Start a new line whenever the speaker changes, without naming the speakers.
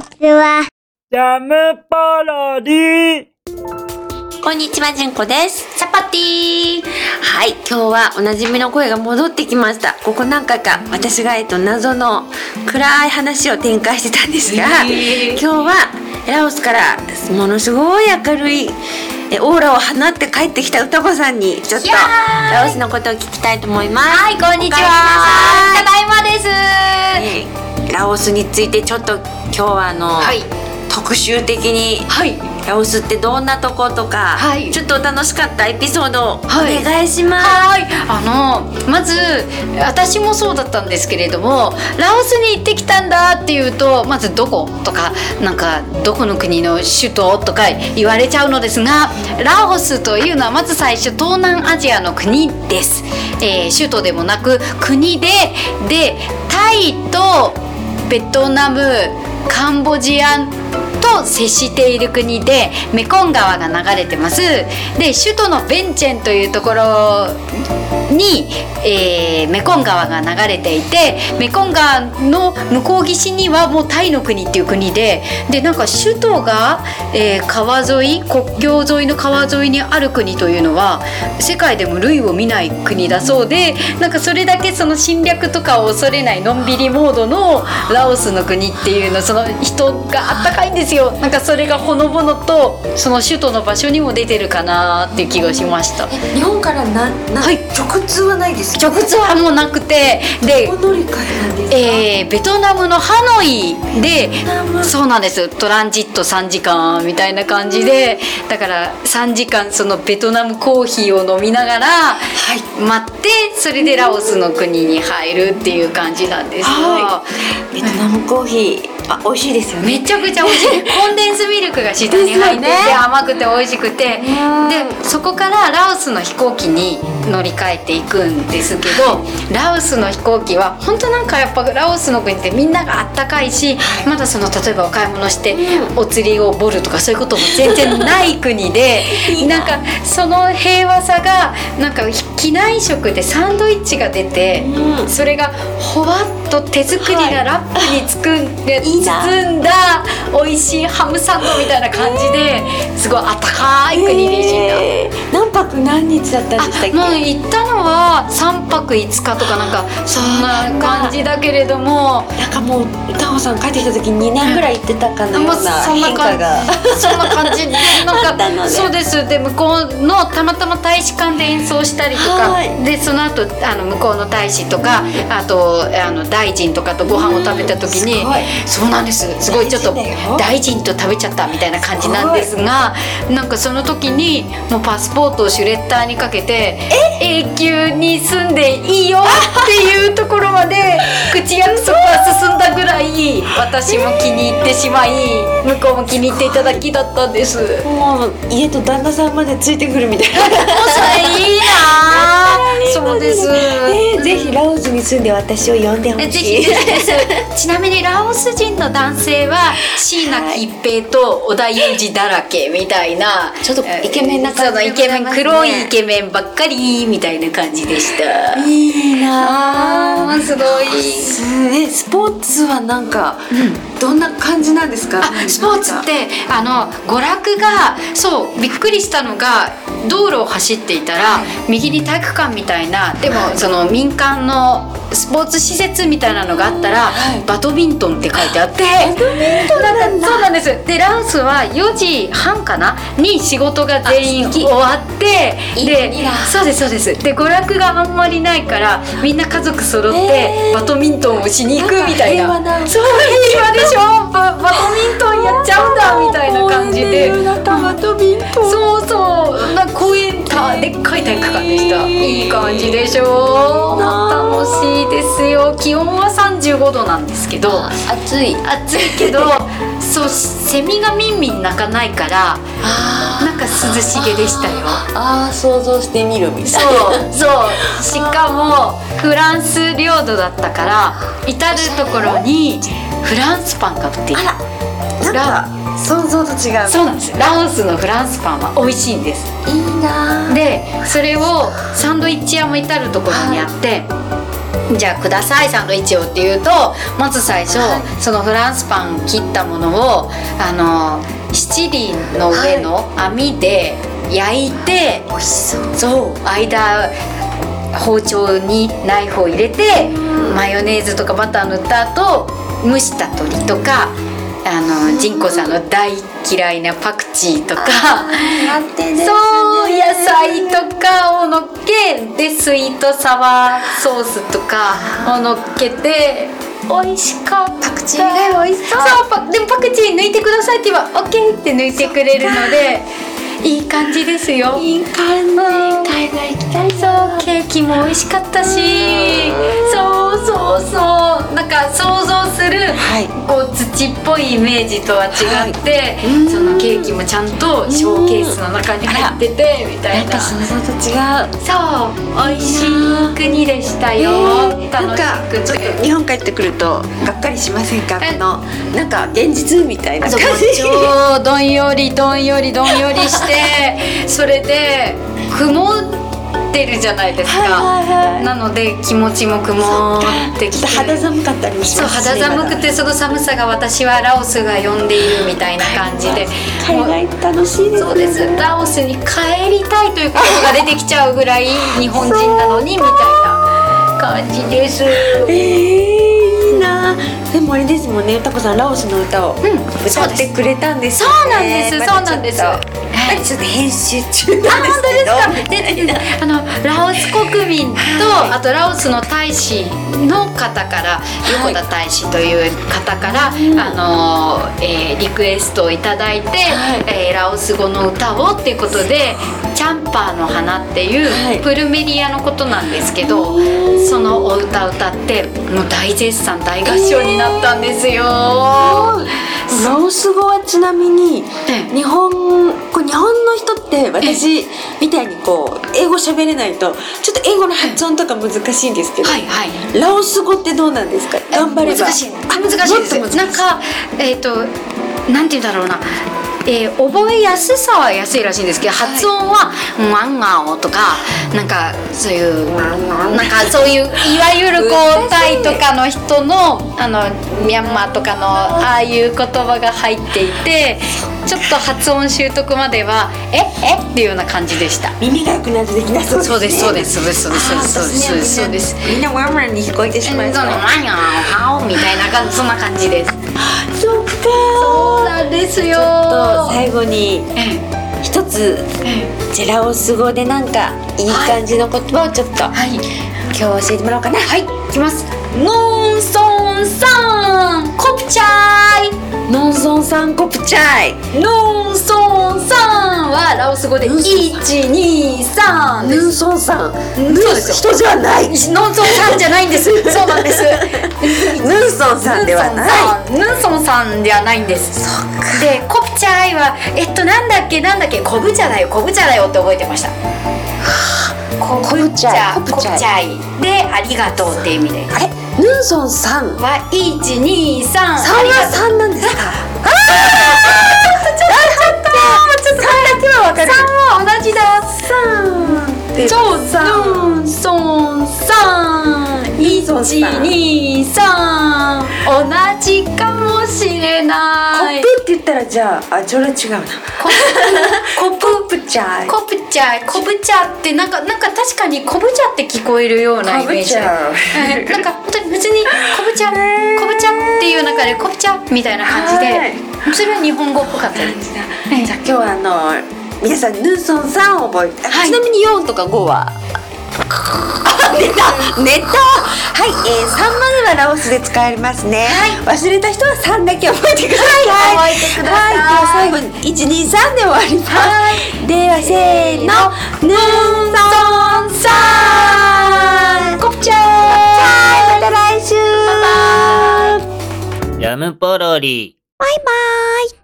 ちは。
ジャムパロディ
こんにちは、じゅんこです。チャパティはい、今日はおなじみの声が戻ってきました。ここ何回か私が、えっと、謎の暗い話を展開してたんですが、今日はラオスからものすごい明るいえオーラを放って帰ってきた歌子さんに、ちょっと
いやー
ラオスのことを聞きたいと思います。
はい、こんにちは。ただいまです。
お帰りなさいえーラオスについてちょっと今日はあの、
はい。
特集的に
はい。
ラオスってどんなとことか、
はい
ちょっと楽しかったエピソードをお
はい
願いします。
はい、あのまず私もそうだったんですけれどもラオスに行ってきたんだっていうとまずどことかなんかどこの国の首都とか言われちゃうのですがラオスというのはまず最初東南アジアの国です、えー首都でもなく国ででタイとベトナムカンボジアと接している国でメコン川が流れてますで首都のベンチェンというところに、えーメコン川が流れていてメコン川の向こう岸にはもうタイの国っていう国ででなんか首都が、えー川沿い国境沿いの川沿いにある国というのは世界でも類を見ない国だそうでなんかそれだけその侵略とかを恐れないのんびりモードのラオスの国っていうのその人があったかいんですよなんかそれがほのぼのとその首都の場所にも出てるかなっていう気がしました。
日本からな、な
はい
直通はないです
直通はもうなくてで、
乗り換えなんで
えーベトナムのハノイで
ナム
そうなんですトランジット3時間みたいな感じでだから3時間そのベトナムコーヒーを飲みながら待ってそれでラオスの国に入るっていう感じなんですよ。
はベトナムコーヒー、あ、美味しいですよね。
めちゃくちゃ美 味しいコンデンスミルクが下に入ってて、
ですよね
甘くて美味しくてでそこからラオスの飛行機に乗り換えていくんですけどラオスの飛行機は本当なんかやっぱラオスの国ってみんながあったかいしまだその例えばお買い物してお釣りをボルとかそういうことも全然ない国でなんかその平和さがなんか機内食でサンドイッチが出て。
うん
それがほわっと手作りなラップにつくんで、
いいな
包んだ美味しいハムサンドみたいな感じで、すごいあったかい国でした、
えー何泊何日だったんでしたっけ。
もう行ったのは3泊5日とかなんかそんな感じだけれども
なんかもう、歌穂さん帰ってきた時、二年ぐらい行ってたかのよう
も
な
うそんな
変化
感
が。
じそんな感じでな
あ
ん
ったの
か
ね
そうですで向こうのたまたま大使館で演奏したりとか
はい
でその後あの向こうの大使とかあとあの大臣とかとご飯を食べた時に
うんすごい
そうなんですすごいちょっと
大事だよ
大臣と食べちゃったみたいな感じなんですがなんかその時にもうパスポートをシュレッダーにかけて永久に住んでいいよっていうところまで 口約束は進んだぐらい私も気に入ってしまい向こうも気に入っていただきだったんです。もう
もう、家と旦那さんまでついてくるみたい な。
それいいなぁ そうです。
えーぜひラオスに住んで私を呼んでほ
えぜ
しい。
ひぜひです。ちなみにラオス人の男性は椎名桔平と織田裕二だらけみたいな、
ちょっとイケメンな感じ
その
で
イ
ご
ケ
ざ
メ
い
ン
ますね
黒いイケメンばっかりみたいな感じでした。
いい
あーすごい。
すえスポーツはなんか、どんな感じなんですか
あスポーツってあの娯楽がそうびっくりしたのが道路を走っていたら右に体育館みたいなでもその民間のスポーツ施設みたいなのがあったら、
はい
バドミントンって書いてあってバドミントンなんかそうなんですでラオスは4時半かなに仕事が全員
あ素
終
敵
わって
いい
で
国だ
そうですそうですで娯楽があんまりないからみんな家族揃って、
えー
バドミントンをしに行くみたいな
なんか平和な
そう平和でしょババドミントンやっちゃうんだみたいな感じで
公園夕方バドミントン
そうそうな公園たでっかい体育館でしたいい感じでしょ楽しいですよ気温は35度なんですけど
暑い
暑いけどそうセミがみんみん鳴かないから
あ
なんか涼しげでしたよ
ーあー想像してみるみたいな
そうそうしかもフランス領土だったから至る所にフランスパンが売っている
ら
なん
か想像と違う
そうなんですラオスのフランスパンは美味しいんです
いいな
でそれをサンドイッチ屋も至る所にあって、じゃあくださいサンドイッチをって言うとまず最初、
は
そのフランスパン切ったものをあの七輪の上の網で焼いて、
美味しそう
そう間包丁にナイフを入れてマヨネーズとかバター塗った後蒸した鶏とかあの仁子さんの大嫌いなパクチーとか。
やってですね
そう野菜とかをのっけでスイートサワーソースとかをのっけて美味しかった
パクチー以外美味しそう
そうパでもパクチー抜いてくださいって言えば OK って抜いてくれるのでいい感じですよ
いい感じ
うん
海外行きたいぞ
そうケーキも美味しかったしそうそうそうなんか想像する
はい
こう土っぽいイメージとは違って、
うん
そのケーキもちゃんとショーケースの中に入っててみた
や
い
っ
な
ぱ
そ
想
う
像と違う
美味しい国でしたよ、
えー
楽しく
なんか
て。
日本帰ってくるとがっかりしませんかこのなんか現実みたいな
そ
感
う
じ
超どんよりどんよりどんよりしてそれで曇ってるじゃないですか、
はい
なので気持ちも曇ってき
ち
て
ょっと肌寒かったりもし
そう
ますし
肌寒くてその寒さが私はラオスが呼んでいるみたいな感じで
海
もう
外楽しいですね
そうですラオスに帰りたいということが出てきちゃうぐらい日本人なのにみたいな感じです
えー、いいなでもあれですもんねタコさんラオスの歌を
ん
歌ってくれたんです
そ
よ
うなんで
ね
す、
ま
そう
た
なんです
ちょっとまだちょっと編集中なんですけど
あ本当ですか。で、あのラオス国民と、あとラオスの大使の方から、横田大使という方から、あの、えーリクエストをいただいて、えーラオス語の歌をっていうことで、チャンパーの花っていう、
はい
プルメリアのことなんですけど、そのお歌を歌って、もう大絶賛大合唱になったんですよ。
ラオス語はちなみに
ええ
日本こう日本の人って私みたいにこう英語喋れないとちょっと英語の発音とか難しいんですけど、
はいはい。
ラオス語ってどうなんですか頑張れば
難しいあ難しいです
もっと難しい
なんかえっ、となんて言うんだろうなえー覚えやすさは安いらしいんですけど
い
発音は「マンガオ」とかなんかそういうなんかそういういわゆるこうタイとかの人のあのミャンマーとかのああいう言葉が入っていてちょっと発音習得までは「ええっていうような感じでした。
耳が良くなるとできなそうですね
そうですそうですそうですそうですそうですそうですそうです。
すみんなワンワンに聞こえてしまい
そ
そう
のマニャオハオみたいな感じそんな感じです。
そっか
そうなんですよ。
と最後に一つジェラオス語でなんかいい感じの言葉をちょっと
はい、
今日教えてもらおうかなはい
いきます。ノンソンサンコプチャイ。
ノンソンサンコプチャイ
ノンソンサンはラオス語で
ノンソン
一二三で
ヌンソンさん
うん
ヌン
そうですよ
人じゃないヌン
す。ノンソンサンじゃないんです。 そうなんです。
ソンさんではない
ヌンソンさん。ヌンソンさんではないんです。で、コプチャイはえっとなんだっけなんだっけコブチャだよコブチャだよって覚えてました。
コプチャイ
コプチ
イ
ャイでありがとうって意味で。
あれヌンソンさん
は一二三。
さんはさんなんですか
ちょっと三だけはわかる。三は同じだ。三。超三。三三。一二三。同じかもしれ
コ
ない
ッ。プって言ったらじゃああそれは違うなコップコプチャイ
コブチャ、コブチャってなんかなんか確かにコブチャって聞こえるようなイメージ。
昆布茶
はいなんか本当に別にコブチャ、コブチャっていう中でコブチャみたいな感じ
は
で、それは日本語っぽかったです。
じゃあ今日はあの皆さんヌンソンさんを覚えて、あ
はい
ちなみに四とか五は寝た寝たはい、えー、三まではラオスで使えますね、忘れた人は三だけ覚えてください
はい覚えてくださ
はい、では最
い
後に一二三で終わります、ではせーのヌンソンさんコプチャーまた来週バイバイ
ヤムポロリ。
バイバイ